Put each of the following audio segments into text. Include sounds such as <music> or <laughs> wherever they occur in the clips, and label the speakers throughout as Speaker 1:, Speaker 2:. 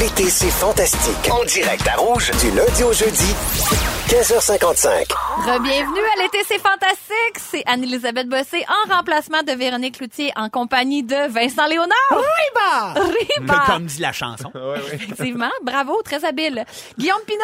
Speaker 1: L'été, c'est fantastique. En direct à Rouge, du lundi au jeudi, 15h55.
Speaker 2: Bienvenue à l'été, c'est fantastique. C'est Anne-Elisabeth Bossé en remplacement de Véronique Loutier en compagnie de Vincent Léonard.
Speaker 3: Riba!
Speaker 2: Riba!
Speaker 4: Comme dit la chanson.
Speaker 2: Effectivement, bravo, très habile. Guillaume Pinot.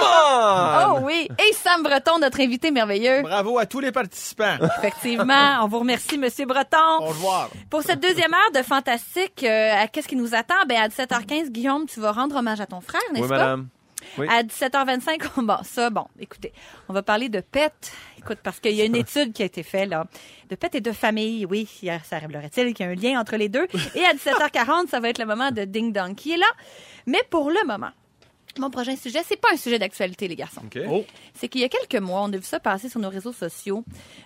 Speaker 4: Ah!
Speaker 2: Come on! Oh oui. Et Sam Breton, notre invité merveilleux.
Speaker 3: Bravo à tous les participants.
Speaker 4: Ben
Speaker 2: Effectivement, on vous remercie, Monsieur Breton.
Speaker 3: Au revoir.
Speaker 2: Pour cette deuxième heure de Fantastique, euh, à qu'est-ce qui nous attend? Ben, à 17h15, Guillaume, tu vas rendre hommage à ton frère, n'est-ce
Speaker 5: Oui,
Speaker 2: pas?
Speaker 5: madame. Oui.
Speaker 2: À 17h25, on- <laughs> bon, ça, bon, écoutez, on va parler de PET. Écoute, parce qu'il y a une étude qui a été faite, là, de PET et de famille. Oui, il y a- ça semblerait-il qu'il y a un lien entre les deux. Et à 17h40, ça va être le moment de Ding Dong qui est là. Mais pour le moment, mon prochain sujet, c'est pas un sujet d'actualité, les garçons.
Speaker 3: Oh.
Speaker 2: C'est qu'il y a quelques mois, on a vu ça passer sur nos réseaux sociaux.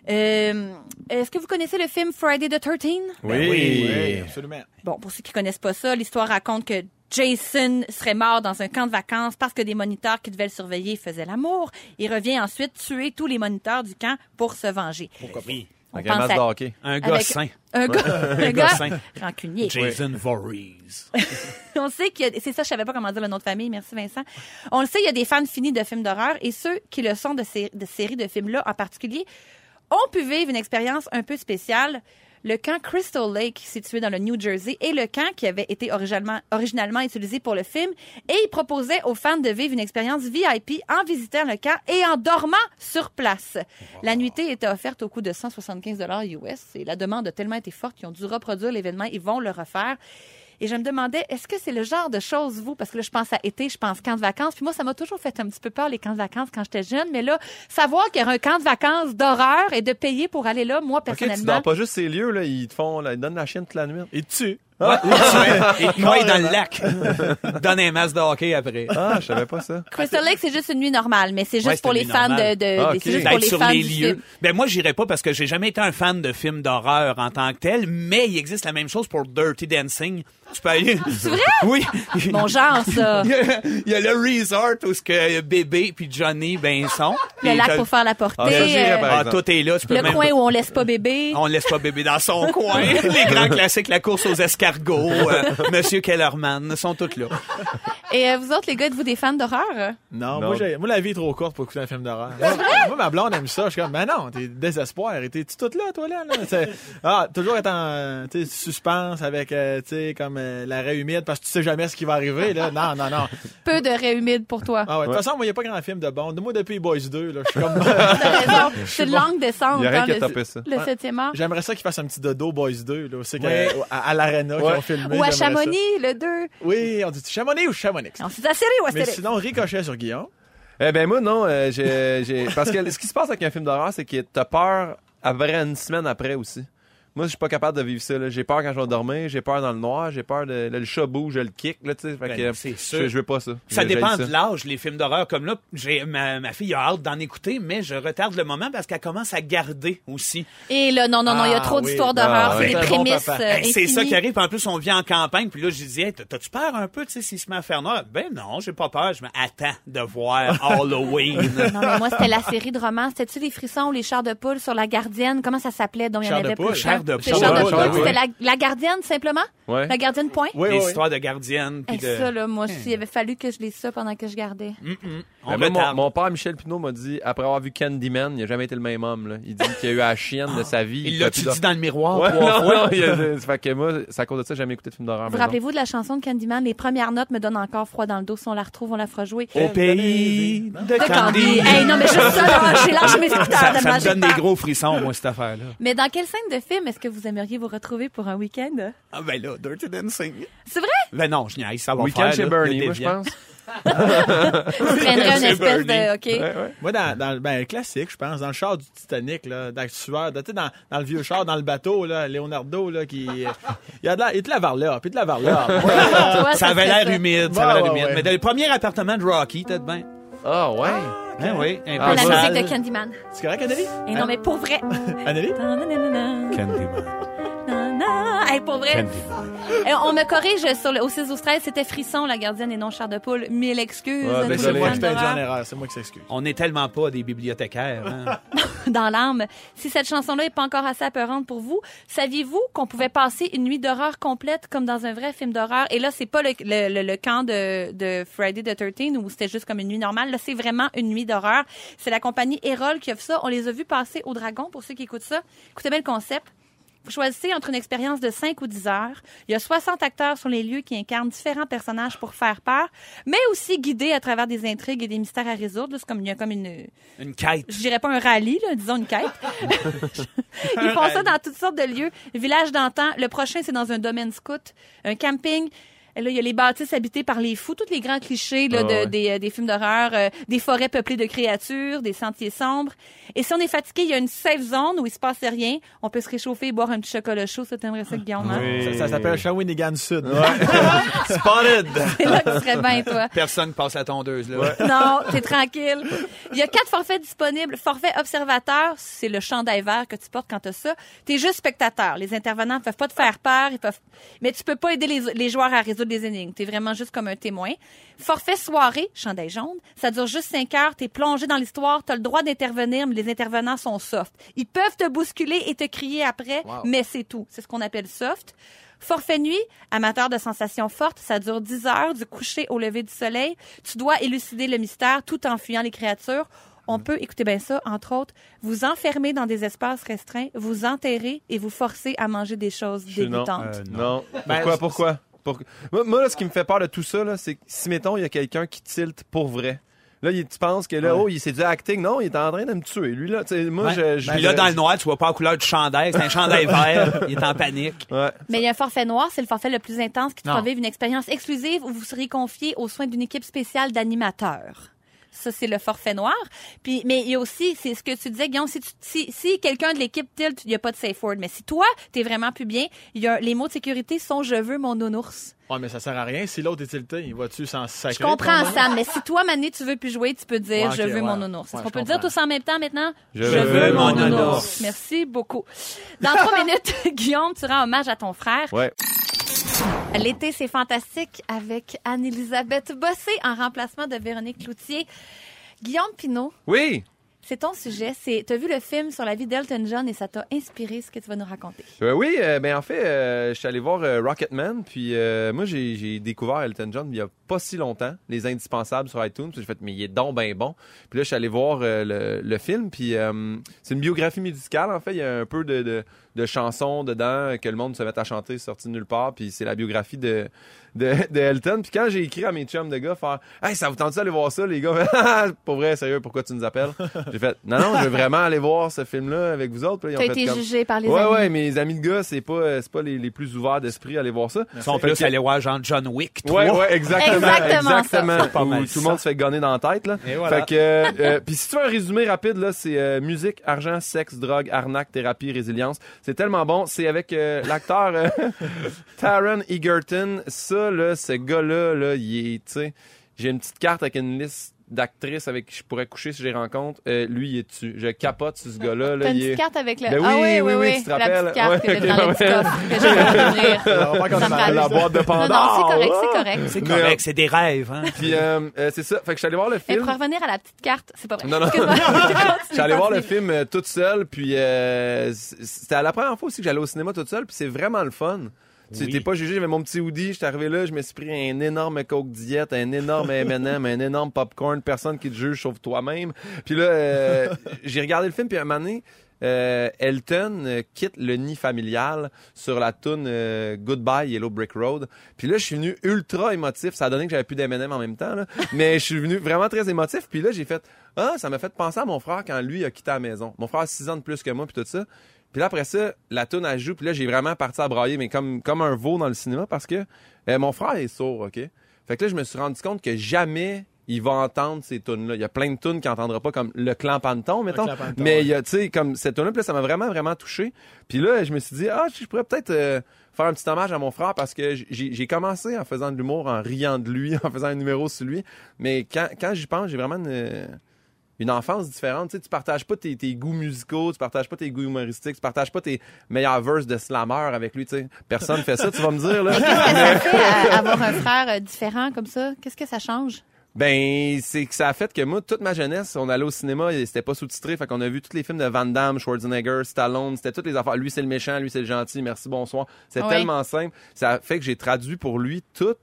Speaker 2: Euh, Est-ce que vous connaissez le film Friday the 13
Speaker 5: Ben Oui.
Speaker 3: Oui, absolument.
Speaker 2: Bon, pour ceux qui connaissent pas ça, l'histoire raconte que Jason serait mort dans un camp de vacances parce que des moniteurs qui devaient le surveiller faisaient l'amour. Il revient ensuite tuer tous les moniteurs du camp pour se venger.
Speaker 4: Pourquoi pas?
Speaker 2: On
Speaker 5: Avec un match de hockey.
Speaker 4: Un gars
Speaker 2: Avec-
Speaker 4: sain.
Speaker 2: Un gars, un
Speaker 4: gars
Speaker 2: gars
Speaker 4: sain.
Speaker 2: rancunier.
Speaker 4: Jason Voorhees.
Speaker 2: <laughs> On sait qu'il y a, c'est ça, je savais pas comment dire le nom de famille, merci Vincent. On le sait, il y a des fans finis de films d'horreur et ceux qui le sont de ces de séries de films-là en particulier ont pu vivre une expérience un peu spéciale. Le camp Crystal Lake, situé dans le New Jersey, est le camp qui avait été originalement, originalement utilisé pour le film et il proposait aux fans de vivre une expérience VIP en visitant le camp et en dormant sur place. La nuitée était offerte au coût de 175 US et la demande a tellement été forte qu'ils ont dû reproduire l'événement, ils vont le refaire. Et je me demandais, est-ce que c'est le genre de choses, vous, parce que là, je pense à été, je pense camp de vacances. Puis moi, ça m'a toujours fait un petit peu peur, les camps de vacances, quand j'étais jeune. Mais là, savoir qu'il y a un camp de vacances d'horreur et de payer pour aller là, moi,
Speaker 5: Ok, tu
Speaker 2: personnellement.
Speaker 5: dors pas juste ces lieux, là. Ils te font, là, ils donnent la chienne toute la nuit.
Speaker 4: Et tu? Ah. Ouais, il te met- il te noie dans le lac. Donne un masque de hockey après.
Speaker 5: Ah, je savais pas ça.
Speaker 2: Crystal Lake, c'est juste une nuit normale, mais c'est juste
Speaker 4: Ouais, c'est
Speaker 2: pour
Speaker 4: une
Speaker 2: les
Speaker 4: nuit
Speaker 2: fans de,
Speaker 4: normale.
Speaker 2: de-
Speaker 5: Ah,
Speaker 2: des-
Speaker 5: ok.
Speaker 2: c'est juste
Speaker 4: D'être
Speaker 2: pour les
Speaker 4: sur
Speaker 2: fans
Speaker 4: les
Speaker 2: du
Speaker 4: lieux.
Speaker 2: film.
Speaker 4: Ben moi, j'irai pas parce que j'ai jamais été un fan de films d'horreur en tant que tel, mais il existe la même chose pour Dirty Dancing. Tu peux aller.
Speaker 2: Ah,
Speaker 4: C'est vrai? Oui.
Speaker 2: Mon genre,
Speaker 5: <laughs>
Speaker 2: ça.
Speaker 4: <laughs> Il y, a, il y a le resort où ce que bébé puis Johnny ben ils sont.
Speaker 2: le
Speaker 4: Puis
Speaker 2: lac
Speaker 4: t'as-
Speaker 2: pour faire la portée.
Speaker 5: Ah, ça, j'irais
Speaker 2: euh,
Speaker 5: par
Speaker 4: Ah,
Speaker 5: exemple.
Speaker 4: tout est là. Tu peux
Speaker 2: le
Speaker 4: même
Speaker 2: coin où on laisse pas bébé.
Speaker 5: Ah,
Speaker 4: On laisse pas bébé dans son
Speaker 5: <laughs>
Speaker 4: coin. Les grands classiques, la course aux escargots, euh, Monsieur Kellerman, sont toutes là.
Speaker 2: Et euh, vous autres, les gars, êtes-vous des fans d'horreur?
Speaker 3: Non,
Speaker 5: Non.
Speaker 3: Moi, j'ai- moi, la vie est trop courte pour écouter un film <laughs> d'horreur. Moi, moi, ma blonde aime ça. Je suis comme, mais non, t'es désespoir. Et T'es-tu toute là, toi, là? là? C'est- Ah, toujours être en tu sais, suspense avec, euh, tu sais, comme euh, l'arrêt humide parce que tu sais jamais ce qui va arriver, là. Non, non, non.
Speaker 2: Peu de ré humide pour toi.
Speaker 3: Ah ouais. De toute façon, moi, il n'y a pas grand film de bon. Moi, depuis Boys 2, là, je
Speaker 2: <laughs>
Speaker 3: suis comme,
Speaker 2: T'as
Speaker 5: <laughs>
Speaker 2: raison. C'est une longue descente.
Speaker 5: Il y a rien
Speaker 2: hein,
Speaker 5: qui a
Speaker 2: le-
Speaker 5: tapé ça.
Speaker 2: Le septième art.
Speaker 3: j'aimerais ça qu'ils fassent un petit dodo Boys 2, là. C'est
Speaker 4: Ouais.
Speaker 3: à, à l'aréna qu'ils ont filmé.
Speaker 2: Ou à
Speaker 3: j'aimerais ça.
Speaker 2: Chamonix, le 2.
Speaker 3: Oui, on dit Chamonix ou Chamonix?
Speaker 2: On s'est assuré ou
Speaker 3: Mais
Speaker 2: Astérix?
Speaker 3: sinon, ricochet sur Guillaume.
Speaker 5: <laughs> Eh ben, moi, non, euh, j'ai, j'ai, parce que ce qui se passe avec un film d'horreur, c'est que t'as peur après une semaine après aussi. Moi, je suis pas capable de vivre ça, là. J'ai peur quand je vais dormir, j'ai peur dans le noir, j'ai peur de, là, le chat bouge, je le kick, là, tu sais. Fait
Speaker 4: Ben,
Speaker 5: que, euh,
Speaker 4: c'est
Speaker 5: je-
Speaker 4: sûr.
Speaker 5: Je veux pas ça.
Speaker 4: Ça
Speaker 5: J'ai- j'ai
Speaker 4: dépend de l'âge, les films d'horreur comme là. J'ai ma, ma fille a hâte d'en écouter, mais je retarde le moment parce qu'elle commence à garder aussi.
Speaker 2: Et là, non, non, non, il y a
Speaker 4: Ah,
Speaker 2: trop
Speaker 4: oui.
Speaker 2: d'histoires d'horreur.
Speaker 5: Ah,
Speaker 2: c'est
Speaker 5: oui.
Speaker 2: des
Speaker 3: C'est un bon
Speaker 2: prémices.
Speaker 3: papa.
Speaker 2: euh,
Speaker 4: Hey, c'est ça
Speaker 2: infinies.
Speaker 4: qui arrive. En plus, on vit en campagne. Puis là, je dis, Hey, t'as- t'as-tu peur un peu, tu sais, s'il se met à faire noir? Ben non, j'ai pas peur. Je m'attends de
Speaker 5: <laughs>
Speaker 4: voir Halloween.
Speaker 2: Non, mais moi, c'était la série de romans. C'était-tu les frissons ou les chars de poule sur la gardienne? Comment ça s'appelait? Donc, il y en
Speaker 3: Chars de
Speaker 2: avait
Speaker 3: poule,
Speaker 2: plus. hein?
Speaker 4: chars de
Speaker 2: C'est
Speaker 4: poule.
Speaker 2: Chars de
Speaker 5: Ouais,
Speaker 2: poule,
Speaker 5: chars de
Speaker 2: C'était
Speaker 5: poule.
Speaker 2: la, la gardienne, simplement?
Speaker 5: Ouais.
Speaker 2: La gardienne, point?
Speaker 3: Oui,
Speaker 4: les
Speaker 3: oui, oui.
Speaker 4: histoires de gardienne. Puis
Speaker 2: Et
Speaker 4: de... Hmm.
Speaker 2: ça, là, moi, s'il avait fallu que je lise ça pendant que je gardais.
Speaker 4: On
Speaker 5: Ben, moi, mon,
Speaker 4: retarde.
Speaker 5: mon père Michel Pinot m'a dit, après avoir vu Candyman, il a jamais été le même homme. Là. Il dit qu'il a eu la chienne de sa vie.
Speaker 4: Il
Speaker 5: peut
Speaker 4: l'a-tu
Speaker 5: plus
Speaker 4: dit dans le miroir
Speaker 5: Ouais,
Speaker 4: trois
Speaker 5: non,
Speaker 4: fois?
Speaker 5: non, il a- fait que moi, c'est à cause de ça, j'ai jamais écouté de films d'horreur.
Speaker 2: Vous
Speaker 5: mais non.
Speaker 2: rappelez-vous de la chanson de Candyman? Les premières notes me donnent encore froid dans le dos. Si on la retrouve, on la fera jouer.
Speaker 4: Au pays de
Speaker 2: De Candy.
Speaker 4: Oh, Candy. Ah,
Speaker 2: Hey, non, mais juste ça, là, j'ai lâché mes écouteurs.
Speaker 4: Ça,
Speaker 2: tellement
Speaker 4: ça me
Speaker 2: j'ai
Speaker 4: donne
Speaker 2: peur.
Speaker 4: des gros frissons, moi, cette affaire-là.
Speaker 2: Mais dans quelle scène de film est-ce que vous aimeriez vous retrouver pour un week-end?
Speaker 4: Ah, ben là, Dirty Dancing.
Speaker 2: C'est vrai?
Speaker 4: Ben non, je niaise, ça va
Speaker 5: Weekend
Speaker 4: faire.
Speaker 5: chez
Speaker 4: là,
Speaker 5: Bernie,
Speaker 4: le
Speaker 5: moi, je
Speaker 4: déviant.
Speaker 5: pense.
Speaker 2: Vous prendrez une
Speaker 4: C'est
Speaker 2: espèce
Speaker 4: Bernie.
Speaker 2: de... OK.
Speaker 3: Moi, dans, dans le- ben, le classique, je pense, dans le char du Titanic, là, dans le sueur, tu sais, dans, dans le vieux char, dans le bateau, là, Leonardo, là, qui. euh, Il, a de la, il te la varlope, il te
Speaker 2: <laughs>
Speaker 3: la varlope. Ouais.
Speaker 2: Toi,
Speaker 4: Ça
Speaker 2: serait
Speaker 4: avait <laughs> l'air
Speaker 2: ça.
Speaker 4: humide, ça
Speaker 3: Ouais,
Speaker 4: avait l'air
Speaker 3: ouais,
Speaker 4: humide.
Speaker 3: ouais.
Speaker 4: Mais dans le premier appartement de Rocky, peut-être bien.
Speaker 5: Ah, ouais.
Speaker 4: Ah oui, un
Speaker 5: Ah,
Speaker 2: À
Speaker 4: peu
Speaker 2: la
Speaker 5: ça. Hein?
Speaker 4: sale.
Speaker 2: musique de Candyman.
Speaker 3: C'est correct, Anneli?
Speaker 2: Et non, mais pour vrai.
Speaker 3: Anneli?
Speaker 2: Ta-na-na-na-na.
Speaker 4: Candyman.
Speaker 2: Ta-na. Hey, Hey, pour vrai. Eh, on me corrige sur le, au 6 12 13 c'était Frisson, la gardienne, et non Char de Poule. Mille excuses.
Speaker 5: Ouais,
Speaker 2: à
Speaker 5: ben,
Speaker 2: tous
Speaker 3: C'est
Speaker 2: les
Speaker 3: moi
Speaker 2: fans
Speaker 3: qui t'ai dit en
Speaker 2: d'horreur.
Speaker 3: erreur, c'est moi qui s'excuse.
Speaker 4: On est tellement pas des bibliothécaires.
Speaker 5: <laughs>
Speaker 4: hein.
Speaker 2: <laughs> dans l'âme. Si cette chanson-là est pas encore assez apeurante pour vous, saviez-vous qu'on pouvait passer une nuit d'horreur complète comme dans un vrai film d'horreur? Et là, c'est pas le, le- le- le camp de, de Friday the 13 où c'était juste comme une nuit normale. Là, c'est vraiment une nuit d'horreur. C'est la compagnie Erol qui offre ça. On les a vus passer au Dragon pour ceux qui écoutent ça. Écoutez bien le concept. Vous choisissez entre une expérience de 5 ou 10 heures. Il y a 60 acteurs sur les lieux qui incarnent différents personnages pour faire peur, mais aussi guidés à travers des intrigues et des mystères à résoudre. Là, C'est comme, il y a comme une,
Speaker 4: Une quête.
Speaker 2: je dirais pas un rallye, là, disons une quête.
Speaker 5: <laughs>
Speaker 2: Ils font ça dans toutes sortes de lieux. Village d'antan. Le prochain, c'est dans un domaine scout, un camping. Et Là, il y a les bâtisses habitées par les fous, tous les grands clichés là,
Speaker 5: Ah
Speaker 2: de-
Speaker 5: ouais.
Speaker 2: des, euh, des films d'horreur, euh, des forêts peuplées de créatures, des sentiers sombres. Et si on est fatigué, il y a une safe zone où il se passe rien. On peut se réchauffer et boire un petit chocolat chaud. Ça, t'aimerais ça, Guillaume? hein?
Speaker 3: Ça, ça s'appelle Shawinigan Sud.
Speaker 4: Spotted.
Speaker 2: <laughs> C'est là que tu serais bien, toi.
Speaker 4: Personne qui passe la tondeuse, là.
Speaker 2: <laughs> Non, t'es tranquille. Il y a quatre forfaits disponibles. Forfait observateur, c'est le chandail vert que tu portes quand t'as ça. T'es juste spectateur. Les intervenants ne peuvent pas te faire peur. Ils peuvent... Mais tu peux pas aider les, les joueurs à résoudre des énigmes. T'es vraiment juste comme un témoin. Forfait soirée, chandail jaune. Ça dure juste cinq heures. T'es plongé dans l'histoire. T'as le droit d'intervenir, mais les intervenants sont soft. Ils peuvent te bousculer et te crier après, mais c'est tout. C'est ce qu'on appelle soft. Forfait nuit, amateur de sensations fortes, ça dure 10 heures du coucher au lever du soleil. Tu dois élucider le mystère tout en fuyant les créatures. On peut, écoutez bien ça, entre autres, vous enfermer dans des espaces restreints, vous enterrer et vous forcer à manger des choses
Speaker 5: Non,
Speaker 2: dégoûtantes.
Speaker 5: euh, non.
Speaker 4: Ben,
Speaker 5: Pourquoi, pourquoi? Pourquoi? Moi, moi, là, ce qui me fait peur de tout ça, là, c'est que si, mettons, il y a quelqu'un qui tilte pour vrai. Là, il- tu penses que là, oh, il s'est du acting. Non, il est en train de me tuer. Lui, là, tu sais, moi, je, je.
Speaker 4: Puis Ben, là,
Speaker 5: Ben, je-
Speaker 4: dans le noir, tu vois pas la couleur du chandail. C'est un
Speaker 5: <laughs>
Speaker 4: chandail vert. Il est en panique.
Speaker 5: Ouais.
Speaker 2: Mais il y a un forfait noir, c'est le forfait le plus intense qui te
Speaker 4: Non.
Speaker 2: fait vivre une expérience exclusive où vous serez confié aux soins d'une équipe spéciale d'animateurs. Ça, c'est le forfait noir. Puis, mais il y a aussi, c'est ce que tu disais, Guillaume, si, tu- si, si quelqu'un de l'équipe tilt, il n'y a pas de safe word. Mais si toi, t'es vraiment plus bien, il y a, les mots de sécurité sont « je veux mon nounours
Speaker 3: Ouais, mais ça sert à rien. Si l'autre est tilté, il va-tu s'en ». sacrer?
Speaker 2: Je comprends,
Speaker 3: ton nom?
Speaker 2: Sam, mais si toi, Mané, tu veux plus jouer, tu peux dire
Speaker 3: Ouais,
Speaker 2: je
Speaker 3: ok,
Speaker 2: veux
Speaker 3: ouais.
Speaker 2: mon nounours ». Est-ce
Speaker 3: Ouais,
Speaker 2: qu'on
Speaker 3: je
Speaker 2: peut le dire
Speaker 3: comprends.
Speaker 2: tous en même temps maintenant?
Speaker 5: Je veux
Speaker 4: mon nounours.
Speaker 2: Merci beaucoup. Dans
Speaker 5: <laughs>
Speaker 2: trois minutes, <laughs> Guillaume, tu rends hommage à ton frère.
Speaker 5: Ouais.
Speaker 2: L'été, c'est fantastique avec Anne-Elisabeth Bossé en remplacement de Véronique Cloutier. Guillaume Pinault,
Speaker 5: Oui!
Speaker 2: c'est ton sujet. C'est, t'as vu le film sur la vie d'Elton John et ça t'a inspiré ce que tu vas nous raconter.
Speaker 5: Euh, oui, euh, ben en fait, euh, je suis allé voir euh, Rocketman, puis euh, moi j'ai j'ai découvert Elton John il y a pas si longtemps, les indispensables sur iTunes, puis j'ai fait mais il est donc ben bon. Puis là je suis allé voir euh, le, le film, puis euh, c'est une biographie musicale en fait, il y a un peu de, de, de chansons dedans euh, que le monde se met à chanter sorti de nulle part, puis c'est la biographie de de, de Elton. Puis quand j'ai écrit à mes chums de gars faire "Hey, ça vous tente d'aller voir ça les gars <laughs> Pour vrai, sérieux, pourquoi tu nous appelles J'ai fait "Non non, je veux vraiment aller voir ce film là avec vous autres." Puis là,
Speaker 2: T'as
Speaker 5: ils ont fait
Speaker 2: été
Speaker 5: comme-
Speaker 2: jugé par les
Speaker 5: ouais,
Speaker 2: amis.
Speaker 5: ouais, mes amis de gars, c'est pas, euh, c'est pas les, les plus ouverts d'esprit à aller voir ça.
Speaker 4: Ils sont
Speaker 5: Fait
Speaker 4: plus
Speaker 5: que-
Speaker 4: allés voir genre John Wick. trois.
Speaker 5: Ouais, ouais, exactement.
Speaker 2: Exactement ça.
Speaker 5: exactement.
Speaker 4: pas mal
Speaker 5: Où tout le
Speaker 4: ça.
Speaker 5: monde se fait gonner dans la tête, là.
Speaker 4: Et voilà.
Speaker 5: Fait que, euh, euh, puis si tu veux un résumé rapide, là, c'est euh, musique, argent, sexe, drogue, arnaque, thérapie, résilience. C'est tellement bon. C'est avec euh, l'acteur euh, <laughs> Taron Egerton. Ça, là, ce gars-là, là, il est, tu sais, j'ai une petite carte avec une liste d'actrices avec qui je pourrais coucher si j'ai rencontre. Euh, lui, il est dessus. Je capote sur ce gars-là. là.
Speaker 2: T'as une
Speaker 5: Il est-
Speaker 2: petite carte avec le.
Speaker 5: Ben
Speaker 2: ah oui,
Speaker 5: oui, oui, oui, tu te
Speaker 2: la
Speaker 5: rappelles.
Speaker 2: petite carte
Speaker 5: Ouais,
Speaker 2: que dans le
Speaker 5: ok,
Speaker 2: petit
Speaker 5: ouais.
Speaker 2: coffre que j'ai fait
Speaker 5: <laughs>
Speaker 2: ouvrir.
Speaker 3: Alors, on va comme
Speaker 2: Ça me
Speaker 3: <laughs> ça.
Speaker 2: rappelle.
Speaker 5: la boîte de
Speaker 2: Non,
Speaker 5: Pandore.
Speaker 2: non, c'est correct, c'est correct.
Speaker 4: C'est correct, c'est des rêves. Hein?
Speaker 5: Puis euh, euh, c'est ça. Fait que je suis allé voir le
Speaker 2: Mais
Speaker 5: film.
Speaker 2: pour revenir à la petite carte, c'est pas vrai.
Speaker 5: Non, non.
Speaker 2: Excuse-moi.
Speaker 5: <laughs> Je suis allé voir le film euh, toute seule, puis euh, c- c'était la première fois aussi que j'allais au cinéma toute seule, puis c'est vraiment le fun. Tu
Speaker 4: Oui.
Speaker 5: t'es pas jugé, j'avais mon petit hoodie, j'étais arrivé là, je me suis pris un énorme Coke diète, un énorme M&M, un énorme popcorn, personne qui te juge sauf toi-même. Puis là, euh, j'ai regardé le film, puis à un moment donné, euh, Elton euh, quitte le nid familial sur la toune euh, Goodbye Yellow Brick Road. Puis là, je suis venu ultra émotif. Ça a donné que j'avais plus d'M&M en même temps, là. mais je suis venu vraiment très émotif. Puis là, j'ai fait ah, ça m'a fait penser à mon frère quand lui a quitté la maison. Mon frère a 6 ans de plus que moi, puis tout ça. Puis là, après ça, la toune, elle joue. Puis là, j'ai vraiment parti à brailler, mais comme, comme un veau dans le cinéma, parce que euh, mon frère est sourd, OK? Fait que là, je me suis rendu compte que jamais il va entendre ces tunes-là. Il y a plein de tunes qu'il n'entendra pas, comme le clan Panton, mettons.
Speaker 3: Clan Panton,
Speaker 5: mais
Speaker 3: ouais.
Speaker 5: il y a, tu sais, comme cette tune-là, puis là, ça m'a vraiment, vraiment touché. Puis là, je me suis dit, ah, je pourrais peut-être euh, faire un petit hommage à mon frère, parce que j'ai j'ai commencé en faisant de <laughs> l'humour, en riant de lui, en faisant un numéro sur lui. Mais quand, quand j'y pense, j'ai vraiment une une enfance différente. Tu sais, tu partages pas tes, tes goûts musicaux, tu partages pas tes goûts humoristiques, tu partages pas tes meilleurs verses de slammer avec lui. Tu sais, personne fait ça. Tu vas me dire là.
Speaker 2: Qu'est-ce que ça fait à- avoir un frère euh, différent comme ça? Qu'est-ce que ça change?
Speaker 5: Ben, c'est que ça a fait que moi, toute ma jeunesse, on allait au cinéma et c'était pas sous-titré. Fait qu'on a vu tous les films de Van Damme, Schwarzenegger, Stallone. C'était toutes les affaires. Lui, c'est le méchant. Lui, c'est le gentil. Merci, bonsoir. C'est
Speaker 2: Ouais.
Speaker 5: tellement simple. Ça fait que j'ai traduit pour lui toute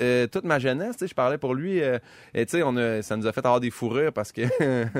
Speaker 5: euh, toute ma jeunesse, tu sais, je parlais pour lui, euh, et tu sais, on a, ça nous a fait avoir des fourrures parce que <laughs>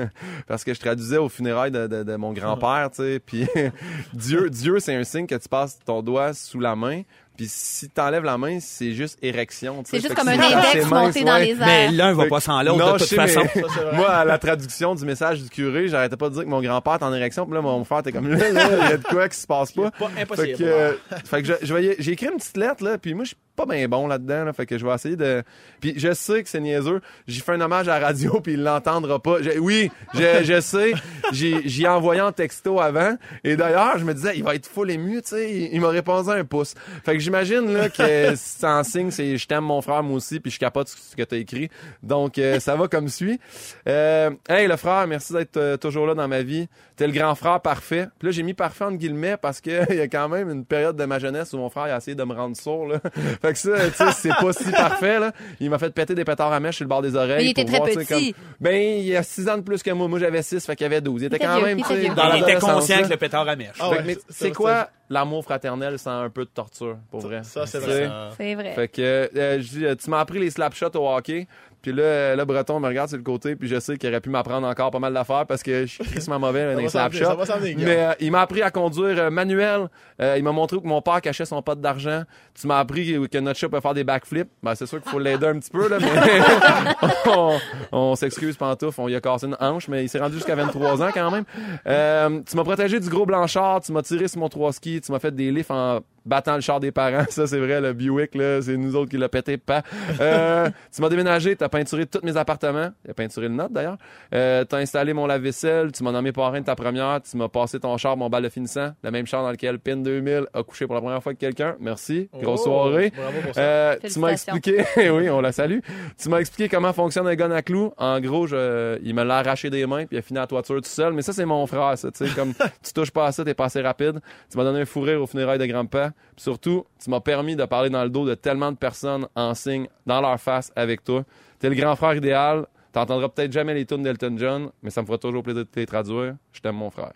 Speaker 5: parce que je traduisais au funérailles de, de- de mon grand-père, tu sais, puis <laughs> Dieu, Dieu, c'est un signe que tu passes ton doigt sous la main, puis si t'enlèves la main, c'est juste érection, tu sais.
Speaker 2: C'est juste
Speaker 5: Fait que
Speaker 2: comme un
Speaker 5: c'est-
Speaker 2: index
Speaker 5: c'est mince,
Speaker 2: monté dans
Speaker 5: ouais.
Speaker 2: les
Speaker 4: Mais
Speaker 2: airs.
Speaker 4: l'un va
Speaker 5: Fait
Speaker 4: pas
Speaker 5: que-
Speaker 4: sans l'autre,
Speaker 5: Non,
Speaker 4: de
Speaker 5: je
Speaker 4: toute
Speaker 5: sais,
Speaker 4: façon. <laughs>
Speaker 5: mais moi, à la traduction du message du curé, j'arrêtais pas de dire que mon grand-père est en érection, puis là, mon frère était comme <laughs> là, là, il y a de quoi qui se passe pas.
Speaker 3: Pas
Speaker 5: Fait
Speaker 3: impossible.
Speaker 5: que, euh, fait que je- je vais y- j'ai écrit une petite lettre, là, puis moi, je suis pas bien bon là-dedans, là, fait que je vais essayer de... Puis je sais que c'est niaiseux, j'ai fait un hommage à la radio, <laughs> puis il l'entendra pas. J'ai- oui, je, je sais, j'ai j'y ai envoyé en texto avant, et d'ailleurs, je me disais, il va être full ému, tu sais, il, il m'a répondu un pouce. Fait que j'imagine, là, que sans signe, c'est « je t'aime mon frère, moi aussi, puis je capote sur ce que t'as écrit ». Donc, euh, ça va comme suit. Euh, hey, le frère, merci d'être euh, toujours là dans ma vie. T'es le grand frère parfait. Puis là, j'ai mis parfait entre guillemets parce que <laughs> il y a quand même une période de ma jeunesse où mon frère il a essayé de me rendre sourd. Là. <laughs> fait que ça, tu sais, c'est pas si parfait. Là. Il m'a fait péter des pétards à mèche sur le bord des oreilles.
Speaker 2: Mais il était
Speaker 5: pour
Speaker 2: très
Speaker 5: voir, tu sais,
Speaker 2: petit.
Speaker 5: comme- Ben, il y a 6 ans de plus que moi. Moi, j'avais 6, fait qu'il y avait 12. Il était,
Speaker 2: était
Speaker 5: quand
Speaker 2: vieux,
Speaker 5: même,
Speaker 2: il
Speaker 5: tu
Speaker 2: était
Speaker 5: sais,
Speaker 2: vieux.
Speaker 5: dans
Speaker 4: Il était
Speaker 5: l'adolescence,
Speaker 4: conscient
Speaker 5: là.
Speaker 4: que le pétard à mèche.
Speaker 3: Ah
Speaker 5: Fait que,
Speaker 3: ouais,
Speaker 5: mais
Speaker 3: ça,
Speaker 5: c'est
Speaker 3: ça,
Speaker 5: quoi l'amour fraternel sans un peu de torture, pour vrai?
Speaker 3: Ça, c'est
Speaker 5: Tu
Speaker 3: vrai.
Speaker 5: sais?
Speaker 3: Ça.
Speaker 2: C'est vrai.
Speaker 5: Fait que euh, je dis, euh, tu m'as appris les slap shots au hockey. Puis là, euh, le Breton me regarde sur le côté, puis je sais qu'il aurait pu m'apprendre encore pas mal d'affaires parce que je suis crissement mauvais là, dans
Speaker 3: va
Speaker 5: les
Speaker 3: s'en
Speaker 5: slap
Speaker 3: venir, ça
Speaker 5: shots.
Speaker 3: va s'en venir, Guillaume.
Speaker 5: Mais euh, il m'a appris à conduire euh, manuel. Euh, il m'a montré où que mon père cachait son pot d'argent. Tu m'as appris que notre chat peut faire des backflips. Ben, c'est sûr qu'il faut l'aider un petit peu, là, mais <laughs> on, <laughs> on s'excuse, Pantouf. On lui a cassé une hanche, mais il s'est rendu jusqu'à 23 ans quand même. Euh, tu m'as protégé du gros blanchard. Tu m'as tiré sur mon trois skis. Tu m'as fait des lifts en battant le char des parents. <laughs> Ça, c'est vrai, le Buick, là, c'est nous autres qui l'a pété, pas. Euh, tu m'as déménagé, t'as peinturé tous mes appartements. T'as peinturé le nôtre, d'ailleurs. Euh, t'as installé mon lave-vaisselle, tu m'as nommé parrain de ta première, tu m'as passé ton char, mon bal de finissant, le même char dans lequel PIN 2000 a couché pour la première fois avec quelqu'un. Merci. Grosse
Speaker 3: Oh,
Speaker 5: soirée.
Speaker 3: Bravo pour ça.
Speaker 5: Euh, tu
Speaker 2: Félicitations.
Speaker 5: m'as expliqué, <laughs> Eh oui, on la salue. Tu m'as expliqué comment fonctionne un gun à clous. En gros, je, il me l'a arraché des mains puis il a fini à la toiture tout seul. Mais ça, c'est mon frère, ça. Tu sais,
Speaker 3: <laughs>
Speaker 5: comme tu touches pas à ça, t'es pas assez rapide. Tu m'as donné un fou rire au funérail de grand-père. Puis surtout, tu m'as permis de parler dans le dos de tellement de personnes en signe, dans leur face, avec toi. T'es le grand frère idéal. T'entendras peut-être jamais les tunes d'Elton John, mais ça me fera toujours plaisir de te les traduire. Je t'aime, mon frère.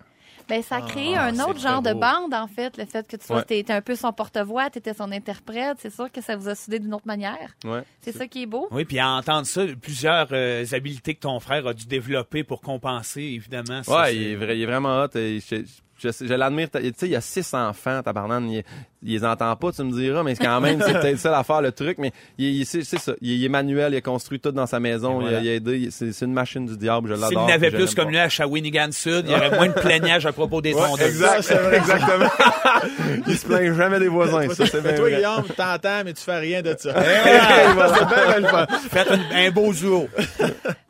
Speaker 2: Ben, ça a créé un
Speaker 4: Ah, c'est
Speaker 2: autre
Speaker 4: très
Speaker 2: genre de
Speaker 4: beau.
Speaker 2: bande, en fait. Le fait que tu sois,
Speaker 5: Ouais.
Speaker 2: t'étais un peu son porte-voix, t'étais son interprète. C'est sûr que ça vous a soudé d'une autre manière.
Speaker 5: Ouais.
Speaker 2: C'est ça qui est beau.
Speaker 4: Oui, puis à entendre ça, plusieurs euh, habiletés que ton frère a dû développer pour compenser, évidemment. ça,
Speaker 5: Ouais,
Speaker 4: c'est-
Speaker 5: il est, vrai- il est vraiment hot. et je, je, je- je l'admire. Tu sais, il y a six enfants, tabarnane. Il, il les entend pas, tu me diras, mais c'est quand même, c'est peut-être ça l'affaire, le truc. Mais il, il- c'est, c'est ça. Il, il est manuel, il a construit tout dans sa maison,
Speaker 4: Et
Speaker 5: il a-
Speaker 4: voilà.
Speaker 5: il, a aidé. il- c'est, c'est une machine du diable, je l'adore.
Speaker 4: S'il n'avait
Speaker 5: je
Speaker 4: plus
Speaker 5: l'aime
Speaker 4: comme lui
Speaker 5: fort.
Speaker 4: à Shawinigan Sud, il y aurait moins de plaignages à propos des
Speaker 5: <laughs> Ouais,
Speaker 4: tondeuses.
Speaker 5: Euh, exact,
Speaker 3: Ça, c'est vrai.
Speaker 5: exactement. <laughs> il se plaint jamais des voisins, <laughs> ça, c'est bien
Speaker 3: Toi,
Speaker 5: vrai. Hein?
Speaker 3: Guillaume, t'entends, mais tu fais rien de ça.
Speaker 5: Hey, voilà, c'est bien, bien le fun.
Speaker 4: Faites un, un beau duo.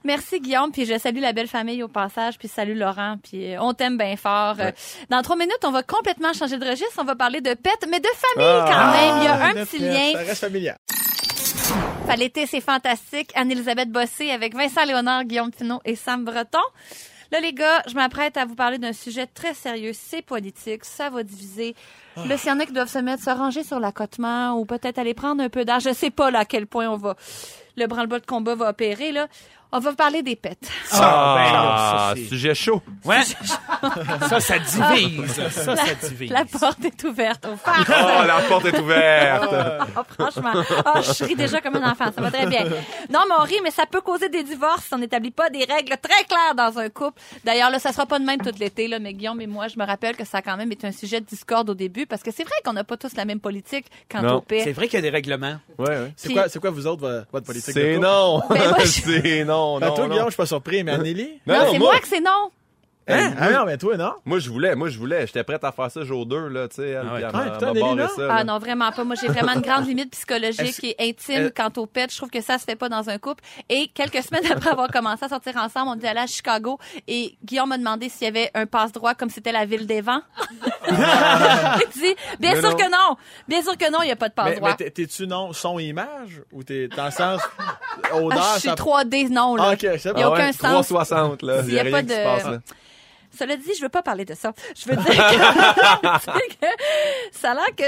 Speaker 2: Merci Guillaume, puis je salue la belle famille au passage, puis salut Laurent, puis euh, on t'aime bien fort. Euh, Dans trois minutes, on va complètement changer de registre, on va parler de pets, mais de famille quand même. Ben, Il y a
Speaker 3: Ah,
Speaker 2: un petit
Speaker 3: Ça
Speaker 2: lien.
Speaker 3: reste familial.
Speaker 2: Enfin, l'été, c'est fantastique. Anne-Elisabeth Bossé avec Vincent Léonard, Guillaume Pinot et Sam Breton. Là, les gars, je m'apprête à vous parler d'un sujet très sérieux. C'est politique, ça va diviser. Là, s'il y en a qui doivent se mettre, se ranger sur l'accotement ou peut-être aller prendre un peu d'air. Je sais pas là, à quel point on va... Le branle-bas de combat va opérer, là. On va vous parler des pets.
Speaker 5: Ah,
Speaker 4: ben, ça,
Speaker 5: sujet chaud.
Speaker 4: c'est-
Speaker 5: <laughs>
Speaker 4: ouais. ça, ça divise. Ça, ça divise.
Speaker 2: La porte est ouverte aux femmes.
Speaker 5: Oh, la porte est ouverte.
Speaker 2: <laughs> Oh, franchement, oh, je ris déjà comme un enfant, ça va très bien. Non, mais on rit, mais ça peut causer des divorces si on n'établit pas des règles très claires dans un couple. D'ailleurs, là, ça sera pas de même tout l'été, là, mais Guillaume et moi, je me rappelle que ça a quand même été un sujet de discorde au début, parce que c'est vrai qu'on n'a pas tous la même politique quant
Speaker 5: Non.
Speaker 2: au père.
Speaker 4: C'est vrai qu'il y a des règlements.
Speaker 5: Ouais, ouais.
Speaker 3: C'est
Speaker 2: Puis-
Speaker 3: quoi, c'est quoi, vous autres, vo- votre politique? de
Speaker 5: C'est
Speaker 3: couple?
Speaker 5: non.
Speaker 2: <laughs>
Speaker 5: <laughs>
Speaker 2: Ben, moi, je-
Speaker 5: c'est non,
Speaker 3: Ben,
Speaker 5: non.
Speaker 3: toi,
Speaker 5: non.
Speaker 3: Guillaume, je suis pas surpris, mais Anneli?
Speaker 2: Non, c'est moi que c'est non.
Speaker 5: Hey,
Speaker 3: Hein? Ah non, mais toi, non?
Speaker 5: Moi, je voulais, moi, je voulais. J'étais prête à faire ça jour 2, là, tu sais. Elle,
Speaker 4: Ah
Speaker 5: puis
Speaker 4: ouais.
Speaker 5: elle
Speaker 3: Ah,
Speaker 5: m'a-
Speaker 3: putain,
Speaker 5: m'a
Speaker 3: Nelly,
Speaker 5: barré
Speaker 3: non?
Speaker 5: ça, là.
Speaker 2: Ah non, vraiment pas. Moi, j'ai vraiment une grande limite psychologique
Speaker 5: Est-ce-
Speaker 2: et intime
Speaker 5: est-
Speaker 2: quant au pet. Je trouve que ça se fait pas dans un couple. Et quelques semaines après avoir commencé à sortir ensemble, on est allé à Chicago et Guillaume m'a demandé s'il y avait un passe-droit comme c'était la ville des vents. Il dit, bien
Speaker 5: Mais
Speaker 2: sûr
Speaker 5: non.
Speaker 2: que non. Bien sûr que non, il n'y a pas de
Speaker 3: Mais, mais
Speaker 2: passe-droit.
Speaker 3: t'es- t'es-tu non son et image ou t'es dans le sens
Speaker 2: Ah,
Speaker 3: odeur?
Speaker 2: je suis
Speaker 3: ça-
Speaker 2: 3D, non. Là.
Speaker 3: Ah, ok, c'est
Speaker 2: Il y a
Speaker 3: bon.
Speaker 2: aucun sens.
Speaker 5: 360, là.
Speaker 2: S'il
Speaker 5: Il
Speaker 2: y
Speaker 5: y
Speaker 2: a
Speaker 5: a
Speaker 2: pas
Speaker 5: rien qui
Speaker 2: de-
Speaker 5: se passe, là.
Speaker 2: Cela dit, je veux pas parler de ça. Je <laughs> veux dire que, c'est que ça a l'air que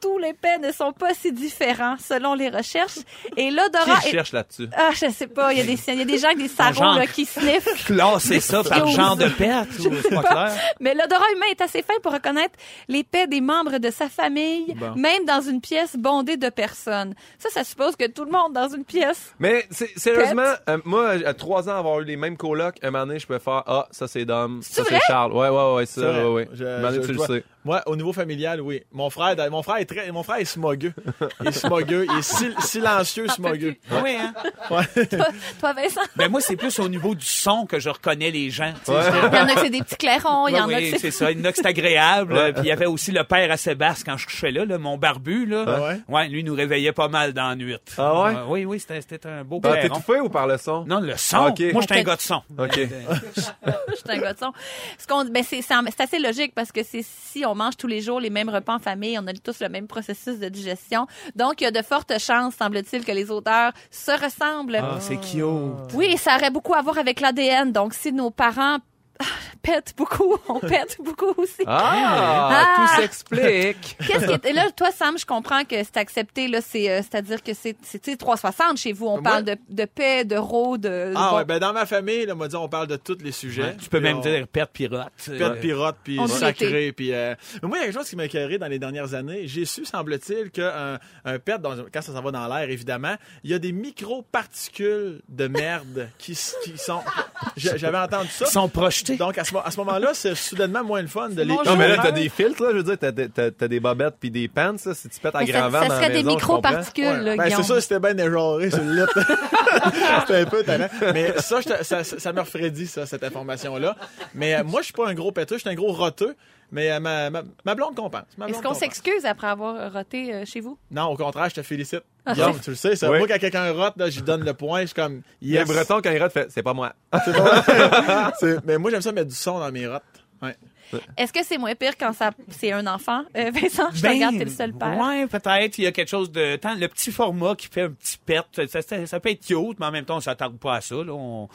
Speaker 2: tous les pets ne sont pas si différents selon les recherches. Et l'odorat
Speaker 5: Qui
Speaker 2: est...
Speaker 5: cherche là-dessus?
Speaker 2: Ah, je sais pas, il y a des, il y a des gens avec des sarons
Speaker 4: genre.
Speaker 2: là, qui sniffent.
Speaker 4: Classer ça par
Speaker 2: Excuse.
Speaker 4: genre de perte, ou c'est pas clair?
Speaker 2: Mais l'odorat humain est assez fin pour reconnaître les pets des membres de sa famille,
Speaker 3: Bon.
Speaker 2: même dans une pièce bondée de personnes. Ça, ça suppose que tout le monde dans une pièce.
Speaker 5: Mais c'est- sérieusement, euh, moi, à trois ans, avoir eu les mêmes colocs, un moment donné, je peux faire Ah, ça c'est Dom, ça
Speaker 2: vrai?
Speaker 5: c'est Charles. Ouais, ouais, ouais, ça,
Speaker 3: C'est vrai.
Speaker 5: ouais, ouais.
Speaker 3: Je-
Speaker 5: Un moment donné,
Speaker 3: je-
Speaker 5: tu
Speaker 3: je
Speaker 5: le
Speaker 3: vois.
Speaker 5: sais.
Speaker 3: Moi, au niveau familial, oui. Mon frère, dans- mon frère est très, mon frère est smogueux. Il est smogueux. Il est sil- silencieux,
Speaker 2: Ah,
Speaker 3: smogueux.
Speaker 4: Oui, hein?
Speaker 2: Toi, toi, Vincent,
Speaker 4: Ben moi, c'est plus au niveau du son que je reconnais les gens. tu sais.
Speaker 2: il y en a que c'est des petits clairons, il y
Speaker 4: Ben
Speaker 2: en
Speaker 4: oui,
Speaker 2: a que
Speaker 4: c'est
Speaker 2: c'est...
Speaker 4: ça. Il y en a que c'est agréable. Euh, Puis il y avait aussi le père à Sébastien quand je couchais là, là, mon barbu. Là.
Speaker 3: Ah ouais?
Speaker 4: lui nous réveillait pas mal dans la nuit.
Speaker 5: Ah ouais?
Speaker 4: Euh, oui, oui, c'était c'était un beau
Speaker 5: Ah,
Speaker 4: père. hein.
Speaker 5: t'es étouffé ou par le son?
Speaker 4: Non, le son.
Speaker 5: Ah, ok.
Speaker 4: Moi, j'étais un
Speaker 2: Peut-être-
Speaker 4: gars de son.
Speaker 5: Ok.
Speaker 2: Je suis un gars de son. Ce qu'on, ben c'est, c'est en- c'est assez logique parce que c'est si on mange tous les jours les mêmes repas en famille, on a tous le même processus de digestion. Donc, il y a de fortes chances, semble-t-il, que les odeurs se ressemblent.
Speaker 4: Ah, c'est oh? cute.
Speaker 2: Oui, ça aurait beaucoup à voir avec l'ADN. Donc, si nos parents <laughs> ah, pètent beaucoup, <laughs> on pète beaucoup aussi.
Speaker 5: Ah,
Speaker 2: Ah!
Speaker 5: tout s'explique.
Speaker 2: Qu'est-ce qui est... et Là, toi, Sam, je comprends que c'est accepté. Là, c'est, euh, c'est-à-dire que c'est, c'est tu sais, 360 chez vous. On parle de, de paix, de rôde. de-
Speaker 3: Ah
Speaker 2: bon.
Speaker 3: ouais, ben dans ma famille, là, m'a dit on parle de tous les sujets.
Speaker 4: Tu peux
Speaker 3: Puis
Speaker 4: même
Speaker 3: on-
Speaker 4: dire père euh, pirate.
Speaker 3: Pète pirote puis
Speaker 2: On dit
Speaker 3: sacré puis euh, mais moi il y a quelque chose qui m'a écœuré dans les dernières années j'ai su semble-t-il que un, un pet dans- quand ça s'en va dans l'air évidemment il y a des micro particules de merde qui, s- qui sont j'a- j'avais entendu ça
Speaker 4: Ils sont projetés.
Speaker 3: donc à ce, mo- à ce moment-là c'est soudainement moins le fun de les
Speaker 5: <laughs> Non, mais là, t'as des filtres, là, je veux dire, t'as, t'as- t'as des bobettes puis des pants, là, si tu pètes à
Speaker 2: Mais ça,
Speaker 5: grand vent
Speaker 2: ça
Speaker 5: dans la
Speaker 2: serait des
Speaker 5: maison, je
Speaker 2: micro-particules, là,
Speaker 3: Ouais. Ben,
Speaker 2: Guillaume.
Speaker 3: c'est ça, c'était bien égenré sur le lit. <laughs> c'était un peu talent. Mais ça, je te- ça, ça, ça me refroidit, ça, cette information-là. Mais euh, moi, je suis pas un gros pêteux, je suis un gros roteux. Mais euh, ma, ma, ma blonde compense. ma
Speaker 2: Est-ce
Speaker 3: blonde
Speaker 2: qu'on
Speaker 3: compense.
Speaker 2: s'excuse après avoir euh, roté euh, chez vous?
Speaker 3: Non, au contraire, je te félicite.
Speaker 2: Ah,
Speaker 3: Guillaume, tu le sais, ça.
Speaker 5: Oui.
Speaker 3: Moi, quand quelqu'un rote, là, je lui donne le point, je suis comme,
Speaker 5: Il y a
Speaker 3: yes.
Speaker 5: un breton quand il rate, fait, c'est pas <laughs> moi.
Speaker 3: C'est- Mais moi, j'aime ça mettre du son dans mes rotes. Ouais.
Speaker 2: Est-ce que c'est moins pire quand ça, c'est un enfant? Euh, <laughs> Vincent, je te
Speaker 4: Ben,
Speaker 2: regarde, t'es le seul père.
Speaker 4: Ouais, peut-être. Il y a quelque chose de. tant- le petit format qui fait un petit pet, ça, ça- ça peut être cute, mais en même temps, on ne s'attarde pas à ça. là. On,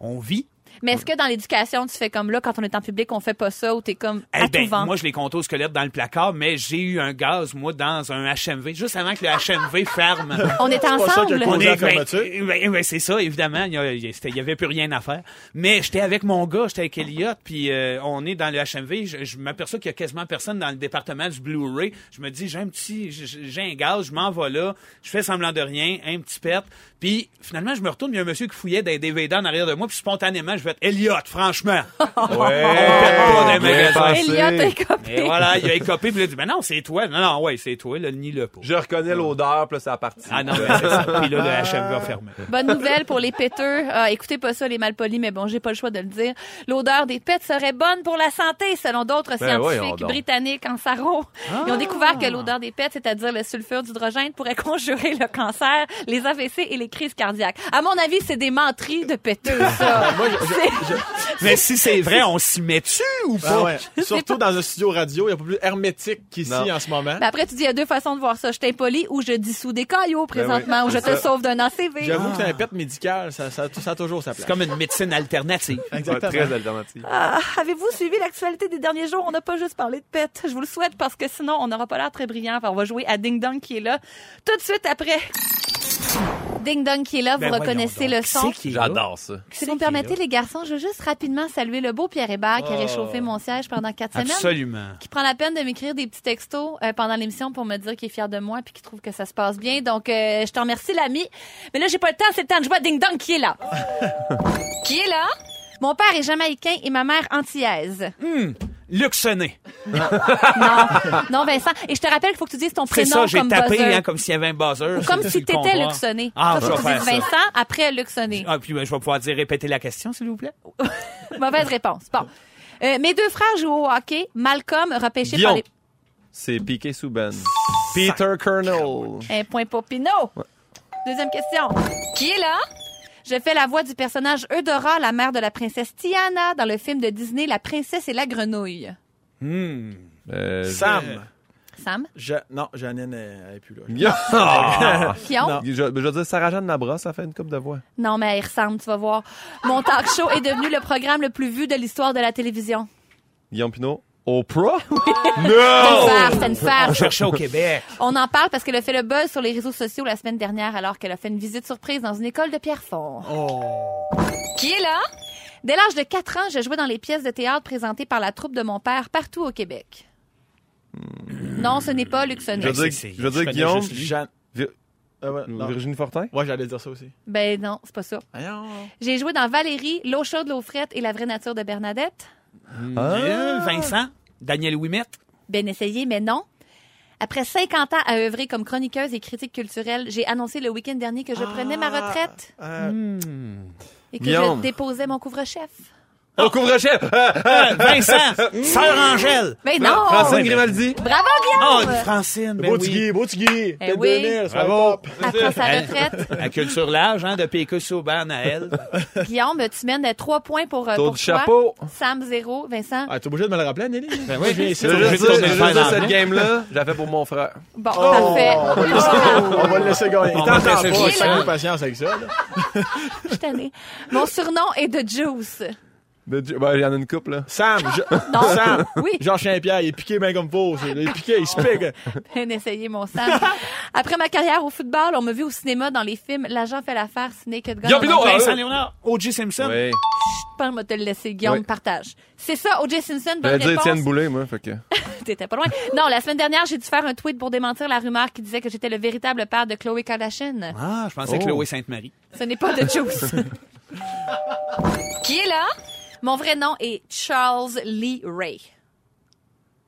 Speaker 4: on vit.
Speaker 2: Mais est-ce que dans l'éducation, tu fais comme là, quand on est en public, on fait pas ça ou t'es comme
Speaker 4: Eh
Speaker 2: à
Speaker 4: ben,
Speaker 2: tout vent?
Speaker 4: moi, je les compte au squelette dans le placard, mais j'ai eu un gaz, moi, dans un HMV, juste avant que
Speaker 2: <laughs>
Speaker 4: le HMV ferme.
Speaker 2: On est
Speaker 3: ça que
Speaker 2: ensemble.
Speaker 3: le cause- Posé à la
Speaker 4: ben,
Speaker 3: fermeture.
Speaker 4: ben, ben, c'est ça, évidemment. Il y, a- il y a- c'était- il y avait plus rien à faire. Mais j'étais avec mon gars, j'étais avec Elliot, puis euh, on est dans le HMV. Je, je m'aperçois qu'il y a quasiment personne dans le département du Blu-ray. Je me dis, j'ai un petit, j'ai j'ai un gaz, je m'en vais là, je fais semblant de rien, un petit pet. Puis finalement, je me retourne, il y a un monsieur qui fouillait des DVD en arrière de moi, puis spontanément, je vais être Elliot, franchement.
Speaker 5: Ouais,
Speaker 4: bien
Speaker 5: Ah, bien
Speaker 4: pensé.
Speaker 5: Eh pensé.
Speaker 2: Elliot est copé.
Speaker 4: Et voilà, il a écopé, puis il a dit, ben non, c'est toi. Non, non, ouais, c'est toi, là, nie-le pas.
Speaker 5: Je reconnais l'odeur, puis là, ça a parti.
Speaker 4: Ah non, mais c'est ça. Puis là, le HMV
Speaker 5: Ah.
Speaker 4: a fermé.
Speaker 2: Bonne nouvelle pour les péteux. Ah, écoutez pas ça, les malpolis, mais bon, j'ai pas le choix de le dire. L'odeur des pets serait bonne pour la santé, selon d'autres
Speaker 5: Ben voyons
Speaker 2: scientifiques
Speaker 5: donc.
Speaker 2: britanniques en sarreau. Ils ont découvert que l'odeur des pets, c'est-à-dire le sulfure d'hydrogène, pourrait conjurer le cancer, les AVC et les crises cardiaques. À mon avis, c'est des menteries de péteux,
Speaker 5: <laughs> Ben,
Speaker 2: ça. C'est-
Speaker 4: Mais si c'est vrai, on s'y met dessus ou
Speaker 3: Ah
Speaker 4: pas?
Speaker 3: ouais. Surtout dans un studio radio, il n'y a pas plus hermétique qu'ici
Speaker 5: Non.
Speaker 3: en ce moment.
Speaker 2: Mais Ben, après, tu dis, il y a deux façons de voir ça. Je t'impoli ou je dissous des caillots présentement
Speaker 5: Ben oui,
Speaker 2: ou je
Speaker 5: c'est
Speaker 2: te
Speaker 5: ça.
Speaker 2: sauve d'un ACV.
Speaker 3: J'avoue que c'est un pet médical, ça, ça, ça a toujours sa place.
Speaker 4: C'est comme une médecine alternative.
Speaker 5: Ouais,
Speaker 3: Exactement.
Speaker 5: Très alternatif.
Speaker 2: Ah, Avez-vous suivi l'actualité des derniers jours? On n'a pas juste parlé de pets. Je vous le souhaite parce que sinon, on n'aura pas l'air très brillant. Enfin, on va jouer à Ding Dong qui est là tout de suite après. Ding Dong qui est là,
Speaker 4: Ben
Speaker 2: vous reconnaissez le son.
Speaker 5: J'adore ça.
Speaker 2: Si vous me permettez, les garçons, je veux juste rapidement saluer le beau Pierre Hébert qui a réchauffé mon siège pendant quatre semaines.
Speaker 4: Absolument.
Speaker 2: Qui prend la peine de m'écrire des petits textos euh, pendant l'émission pour me dire qu'il est fier de moi puis qu'il trouve que ça se passe bien. Donc, euh, je te remercie, l'ami. Mais là, j'ai pas le temps, c'est le temps de jouer à Ding Dong qui est là. qui est là? Mon père est jamaïcain et ma mère antillaise.
Speaker 4: Luxonné.
Speaker 2: Non, <laughs> non, Vincent. Et je te rappelle qu'il faut que tu dises ton
Speaker 4: C'est
Speaker 2: prénom
Speaker 4: ça, j'ai
Speaker 2: comme
Speaker 4: tapé
Speaker 2: buzzer.
Speaker 4: hein, comme s'il y avait un buzzer.
Speaker 2: Ou comme
Speaker 4: sur
Speaker 2: si
Speaker 4: le
Speaker 2: t'étais
Speaker 4: comptoir.
Speaker 2: luxonné.
Speaker 4: Ah,
Speaker 2: ça, faut
Speaker 4: je vais
Speaker 2: que tu
Speaker 4: faire
Speaker 2: dises
Speaker 4: ça.
Speaker 2: Vincent après luxonné.
Speaker 4: Ah, puis ben, je vais pouvoir dire répéter la question, s'il vous plaît.
Speaker 2: Mauvaise réponse. Bon. Euh, mes deux frères jouent au hockey. Malcolm, repêché
Speaker 5: Guillaume.
Speaker 2: par les...
Speaker 5: C'est Piqué Ben. Souban. Peter Colonel.
Speaker 2: Un point pour Pinot. Deuxième question.
Speaker 6: Qui est là?
Speaker 2: Je fais la voix du personnage Eudora, la mère de la princesse Tiana, dans le film de Disney La princesse et la grenouille.
Speaker 4: Hmm.
Speaker 5: Euh, <laughs>
Speaker 3: Sam.
Speaker 2: Sam?
Speaker 3: Je... Non, Janine, elle elle est plus là.
Speaker 5: Guillaume. <laughs> Ah!
Speaker 2: Guillaume?
Speaker 3: Non.
Speaker 5: Je, je veux dire, Sarah-Jeanne Labrosse, ça fait une coupe de voix.
Speaker 2: Non, mais elle ressemble, tu vas voir. Mon talk show est devenu le programme le plus vu de l'histoire de la télévision.
Speaker 5: Guillaume Pinot. Oprah?
Speaker 4: Oh!
Speaker 2: C'est une
Speaker 5: no!
Speaker 2: farce, c'est une
Speaker 4: On
Speaker 2: farce.
Speaker 4: cherchait au Québec.
Speaker 2: On en parle parce qu'elle a fait le buzz sur les réseaux sociaux la semaine dernière alors qu'elle a fait une visite surprise dans une école de Pierrefonds.
Speaker 5: Oh.
Speaker 6: Qui est là?
Speaker 2: Dès l'âge de 4 ans, je jouais dans les pièces de théâtre présentées par la troupe de mon père partout au Québec. Non, ce n'est pas Luc Sonnet.
Speaker 5: Hmm. Je veux dire,
Speaker 4: c'est-
Speaker 5: je veux
Speaker 4: je
Speaker 5: dire
Speaker 4: connais
Speaker 5: Guillaume.
Speaker 4: juste lui.
Speaker 3: Jeanne.
Speaker 5: Vi-
Speaker 3: Ah ouais, non.
Speaker 5: Virginie Fortin?
Speaker 3: Ouais, j'allais dire ça aussi.
Speaker 2: Ben non, c'est pas ça. J'ai joué dans Valérie, L'eau chaude, l'eau frette et La vraie nature de Bernadette. Ah.
Speaker 4: Euh, Vincent, Daniel
Speaker 5: <laughs>
Speaker 4: Ouimet.
Speaker 2: Ben essayé, mais non. Après 50 ans à œuvrer comme chroniqueuse et critique culturelle, j'ai annoncé le week-end dernier que je prenais ma retraite Hmm.
Speaker 3: Euh,
Speaker 2: et que
Speaker 5: Guillaume.
Speaker 2: je déposais mon couvre-chef.
Speaker 5: Au couvre-chef!
Speaker 4: Euh, Vincent, Sœur Angèle.
Speaker 2: Mais non!
Speaker 5: Francine Grimaldi!
Speaker 2: Bravo,
Speaker 4: Oh,
Speaker 2: Guillaume!
Speaker 4: Francine, ben
Speaker 3: Beau
Speaker 4: oui.
Speaker 3: Tigui, beau Tigui.
Speaker 2: Eh
Speaker 3: Tête
Speaker 2: oui.
Speaker 3: de Nil, ça
Speaker 4: Bravo.
Speaker 3: va.
Speaker 5: Oh,
Speaker 2: Après sa
Speaker 5: <laughs>
Speaker 2: retraite,
Speaker 4: La culture large, hein, de PQ Sauban à <laughs> elle.
Speaker 2: Guillaume, tu mènes 3 points pour, euh,
Speaker 5: Tour
Speaker 2: pour
Speaker 5: du
Speaker 2: toi.
Speaker 5: chapeau.
Speaker 2: Sam, 0. Vincent,
Speaker 3: Ah, t'es obligé de me le rappeler, Nelly? Ben
Speaker 4: oui.
Speaker 5: Je veux
Speaker 4: obligé
Speaker 5: juste
Speaker 4: de tourner
Speaker 5: dire, je
Speaker 4: le fer
Speaker 5: veux juste dire,
Speaker 4: dans la
Speaker 5: cette
Speaker 4: main.
Speaker 5: game-là, je la fais pour mon frère.
Speaker 2: bon, parfait. Oh.
Speaker 3: On va le laisser gagner.
Speaker 4: On
Speaker 3: Il
Speaker 4: va
Speaker 3: t'entend
Speaker 4: le
Speaker 3: pas,
Speaker 4: laisser jouer.
Speaker 3: j'ai pas de patience avec ça. là.
Speaker 2: Je suis tannée. Mon surnom est The Juice.
Speaker 5: Ben, Dieu- ben, il y en a une couple, là.
Speaker 3: Sam, je-
Speaker 2: Non.
Speaker 3: Sam,
Speaker 2: Oui.
Speaker 3: Georges Saint-Pierre, il est piqué bien comme faux. c'est- Il est piqué, il se pique.
Speaker 2: Bien essayé, mon
Speaker 5: <laughs>
Speaker 2: Sam. Après ma carrière au football, on me vit au cinéma dans les films L'agent fait l'affaire, c'est Naked Gun.
Speaker 5: Yo, Pino!
Speaker 4: Vincent
Speaker 5: euh,
Speaker 4: Léonard, O.J. Simpson.
Speaker 5: Oui.
Speaker 2: Je pense que je vais te le laisser, Guillaume,
Speaker 5: Oui.
Speaker 2: partage. C'est ça, O.J. Simpson, bonne
Speaker 5: J'allais dire Étienne
Speaker 2: réponse.
Speaker 5: Ben, Boulay, moi, fait que.
Speaker 2: T'étais pas loin. Non, la semaine dernière, j'ai dû faire un tweet pour démentir la rumeur qui disait que j'étais le véritable père de Chloé Kardashian.
Speaker 4: Ah, je pensais
Speaker 5: Oh.
Speaker 4: que Chloé Sainte-Marie.
Speaker 2: Ce n'est
Speaker 5: <laughs>
Speaker 2: pas The Juice.
Speaker 6: Qui est là?
Speaker 2: Mon vrai nom est Charles Lee Ray.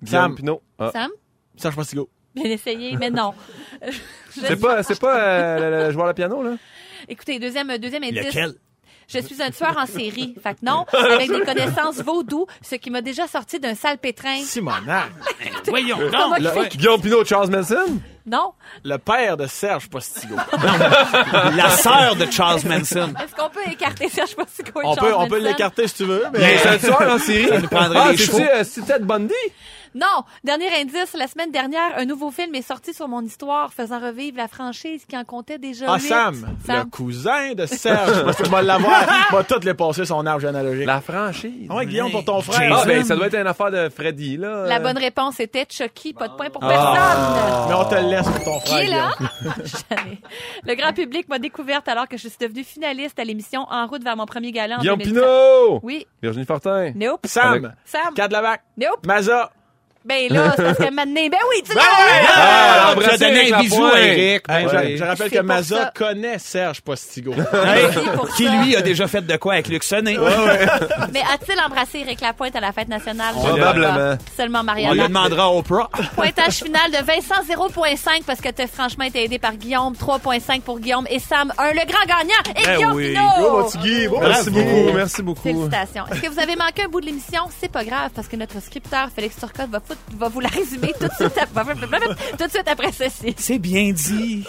Speaker 5: Guillaume Pinot. Ah.
Speaker 2: Sam?
Speaker 3: Serge Postigo.
Speaker 2: Bien essayé, mais non.
Speaker 5: <laughs> C'est pas, c'est pas euh, le, le joueur de piano, là?
Speaker 2: Écoutez, deuxième, deuxième indice.
Speaker 4: Lequel?
Speaker 2: Je suis un tueur en série. Fait que
Speaker 5: <laughs>
Speaker 2: non, avec des connaissances vaudou, ce qui m'a déjà sorti d'un sale pétrin.
Speaker 3: Simonac.
Speaker 4: Voyons
Speaker 2: Comment
Speaker 4: donc.
Speaker 5: Ah,
Speaker 2: il fait
Speaker 4: Ouais.
Speaker 5: Guillaume Pinot, Charles Manson?
Speaker 2: Non.
Speaker 3: Le père de Serge Postigo.
Speaker 4: La sœur de Charles <laughs> Manson.
Speaker 2: Est-ce qu'on peut écarter ça? Je sais pas si quoi
Speaker 3: On peut, on peut l'écarter si tu veux, mais.
Speaker 5: C'est un tueur en série?
Speaker 4: Ça nous prendrait
Speaker 5: Ah,
Speaker 4: des
Speaker 5: c'est-tu,
Speaker 4: chevaux.
Speaker 5: euh, c'est Ted Bundy?
Speaker 2: Non. Dernier indice. La semaine dernière, un nouveau film est sorti sur mon histoire, faisant revivre la franchise qui en comptait déjà
Speaker 3: Ah,
Speaker 2: huit.
Speaker 3: Sam,
Speaker 2: Sam.
Speaker 3: le cousin de Serge. Parce que va l'avoir. Va tout les passer son arbre généalogique.
Speaker 5: La franchise.
Speaker 3: Ah ouais, Guillaume, pour ton frère.
Speaker 5: Ah,
Speaker 4: Jason.
Speaker 5: ben, ça doit être une affaire de Freddy, là.
Speaker 3: euh,
Speaker 2: La bonne réponse était Chucky. Pas de point
Speaker 3: Ah.
Speaker 2: pour
Speaker 3: Mais on te le laisse pour ton frère.
Speaker 6: Qui est là?
Speaker 3: Guillaume.
Speaker 2: personne. <laughs> Jamais. Le grand public m'a découverte alors que je suis devenue finaliste à l'émission En route vers mon premier galant. en
Speaker 5: Guillaume
Speaker 2: 2007.
Speaker 5: Pinot!
Speaker 2: Oui.
Speaker 5: Virginie Fortin.
Speaker 2: Nope.
Speaker 3: Sam,
Speaker 2: Sam.
Speaker 3: Cadlavac,
Speaker 2: Nope.
Speaker 3: Maza.
Speaker 2: Ben là, c'est parce que maintenant, ben oui, tu l'as!
Speaker 3: hein?
Speaker 5: Ah,
Speaker 4: Tu as donné un bisou à Eric.
Speaker 3: Hey,
Speaker 4: Ben
Speaker 3: je,
Speaker 4: oui.
Speaker 3: je rappelle
Speaker 2: C'est
Speaker 3: que
Speaker 2: pour
Speaker 3: Maza
Speaker 2: ça.
Speaker 3: connaît
Speaker 2: <laughs>
Speaker 3: Serge Postigo.
Speaker 4: Hey,
Speaker 2: pour
Speaker 4: qui
Speaker 2: ça.
Speaker 4: lui a déjà fait de quoi avec Luxonné?
Speaker 2: Mais a-t-il embrassé Éric Lapointe à la fête nationale? Je
Speaker 5: Probablement.
Speaker 2: ne sais pas. Seulement
Speaker 4: On lui
Speaker 2: Mariana.
Speaker 4: demandera à Oprah.
Speaker 2: Pointage final de Vincent 0.5 parce que t'as franchement été aidé par Guillaume. 3.5 pour Guillaume et Sam. Un, le grand gagnant et
Speaker 4: Ben
Speaker 2: Guillaume
Speaker 4: oui.
Speaker 2: Pinault.
Speaker 5: Merci beaucoup, merci beaucoup.
Speaker 2: Félicitations. Est-ce que vous avez manqué un bout de l'émission? C'est pas grave parce que notre scripteur Félix Turcotte va, foutre- va vous la résumer tout de suite, <laughs> après- tout de suite après ceci.
Speaker 4: C'est bien dit.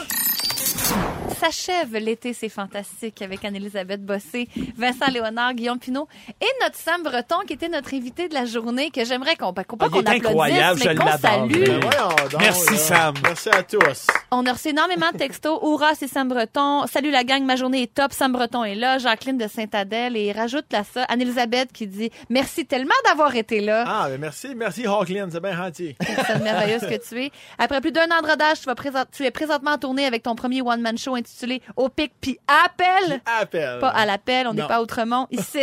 Speaker 2: s'achève l'été, c'est fantastique avec Anne-Elisabeth Bossé, Vincent Léonard, Guillaume Pinot et notre Sam Breton qui était notre invité de la journée que j'aimerais qu'on qu'on
Speaker 4: Ah,
Speaker 2: pas
Speaker 4: il
Speaker 2: qu'on
Speaker 4: est incroyable,
Speaker 2: applaudisse, mais
Speaker 4: je
Speaker 2: qu'on
Speaker 4: l'adore.
Speaker 2: salue.
Speaker 4: Ben
Speaker 3: Voyons donc,
Speaker 4: Merci,
Speaker 3: là.
Speaker 4: Sam.
Speaker 3: Merci à tous.
Speaker 2: On a reçu énormément de textos. <laughs> Hourra, c'est Sam Breton. Salut la gang, ma journée est top. Sam Breton est là. Jacqueline de Saint-Adèle. Et rajoute là ça, Anne-Elisabeth qui dit Merci tellement d'avoir été là.
Speaker 3: Ah, ben merci, merci Hawklin, c'est bien
Speaker 2: <laughs>
Speaker 3: gentil.
Speaker 2: Personne merveilleuse que tu es. Après plus d'un an de rodage, tu, vas présent- tu es présentement en tournée avec ton premier one-man show intitulé intitulé Au pic puis appel.
Speaker 3: Appel.
Speaker 2: Pas à l'appel, on n'est
Speaker 3: Euh, Non.
Speaker 2: pas à Outremont, ici.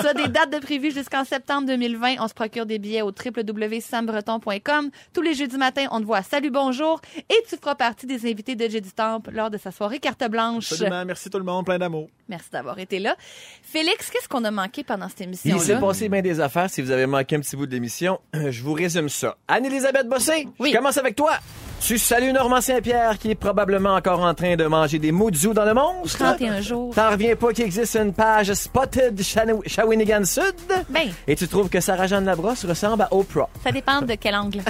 Speaker 2: Ça, des dates de prévues jusqu'en septembre 2020. On se procure des billets au www.sambreton.com. Tous les jeudis matins, on te voit à Salut Bonjour et tu feras partie des invités de Jay du Temple lors de sa soirée carte blanche.
Speaker 3: Absolument. Merci tout le monde, plein d'amour.
Speaker 2: Merci d'avoir été là. Félix, qu'est-ce qu'on a manqué pendant cette
Speaker 5: Il s'est
Speaker 2: émission-là?
Speaker 5: passé bien des affaires. Si vous avez manqué un petit bout de l'émission, Euh, je vous résume ça. Anne-Elisabeth Bossé,
Speaker 2: Oui.
Speaker 5: je commence avec toi. Tu salues Normand Saint-Pierre qui est probablement encore en train de manger des mouzous dans le monstre.
Speaker 2: 31 jours.
Speaker 5: T'en reviens pas qu'il existe une page Spotted Shawin- Shawinigan Sud?
Speaker 2: Ben.
Speaker 5: Et tu trouves que Sarah-Jeanne Labrosse ressemble à Oprah.
Speaker 2: Ça dépend de quel angle.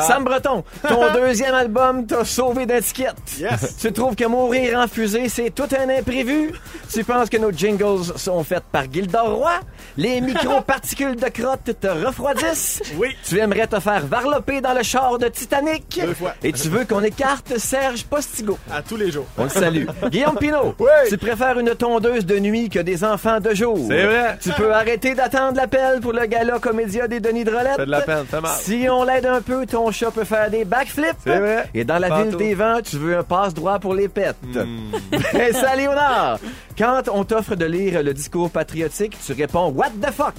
Speaker 5: <laughs> Sam Breton,
Speaker 3: <laughs>
Speaker 5: ton deuxième album t'a sauvé d'étiquette.
Speaker 3: Yes.
Speaker 5: Tu trouves que mourir en fusée, c'est tout un imprévu? Tu penses que nos jingles sont faits par Gildor Roy? Les micro-particules de crotte te refroidissent?
Speaker 3: Oui.
Speaker 5: Tu aimerais te faire varloper dans le char de Titanic?
Speaker 3: Deux fois.
Speaker 5: Et tu veux qu'on écarte Serge Postigo?
Speaker 3: À tous les jours.
Speaker 5: On le
Speaker 3: <laughs>
Speaker 5: salue. Guillaume Pinault,
Speaker 3: Oui.
Speaker 5: tu préfères une tondeuse de nuit que des enfants de jour.
Speaker 7: C'est vrai.
Speaker 5: Tu peux arrêter d'attendre l'appel pour le gala comédia des Denis Drolet.
Speaker 7: Fait de la peine, fait mal.
Speaker 5: Si on l'aide un peu, ton chat peut faire des backflips.
Speaker 7: C'est vrai.
Speaker 5: Et dans la
Speaker 7: Pantoute.
Speaker 5: ville des vents, tu veux un passe-droit pour les pets.
Speaker 7: Hmm.
Speaker 5: <laughs> Et ça, Léonard, quand on t'offre de lire le discours patriotique, tu réponds « What the
Speaker 7: <laughs>
Speaker 5: fuck? »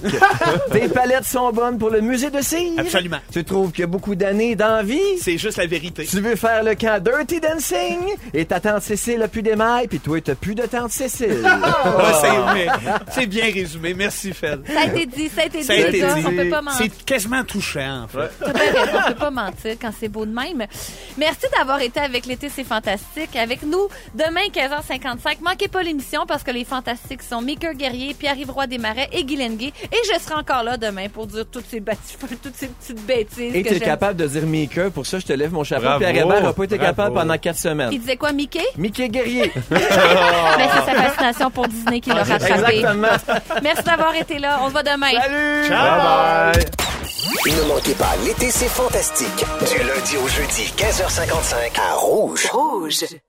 Speaker 5: Tes palettes sont bonnes pour le musée de cire.
Speaker 4: Absolument.
Speaker 5: Tu trouves qu'il y a beaucoup d'années d'envie.
Speaker 4: C'est juste la vérité.
Speaker 5: Tu veux faire le camp Dirty Dancing et ta tante Cécile a plus d'émail, puis toi, t'as plus de tante
Speaker 7: <laughs>
Speaker 5: Cécile.
Speaker 4: Ah, c'est- mais- C'est bien résumé. Merci, Fed.
Speaker 2: Ça a été dit, ça a été dit,
Speaker 4: Ça a été
Speaker 2: les gars.
Speaker 4: dit.
Speaker 2: On peut pas mentir.
Speaker 4: C'est quasiment touchant, en fait.
Speaker 2: T'as bien raison, on peut pas mentir quand c'est beau de même. Merci d'avoir été avec l'été, c'est fantastique. Avec nous, demain, 15h55. Manquez pas l'émission parce que les fantastiques sont Maker Guerrier, Pierre-Yves Roy Desmarais et Guy Lenguet. Et je serai encore là demain pour dire toutes ces, bâti- <laughs> toutes ces petites bêtises
Speaker 5: Et
Speaker 2: que
Speaker 5: t'es
Speaker 2: j'aime.
Speaker 5: capable de dire Mika, pour ça, je te lève mon chapeau.
Speaker 7: Bravo,
Speaker 5: Pierre Hébert a pas été
Speaker 7: bravo.
Speaker 5: capable pendant quatre semaines.
Speaker 2: Il disait quoi, Mickey?
Speaker 5: Mickey Guerrier.
Speaker 2: Ben, c'est sa fascination pour Disney qui l'a rattrapé.
Speaker 5: Oh! Ah, Exactement.
Speaker 2: Merci d'avoir été là. On se voit demain.
Speaker 7: Bye bye.
Speaker 1: Ne manquez pas, l'été, c'est fantastique. Du lundi au jeudi, 15h55, à Rouge.
Speaker 8: Rouge.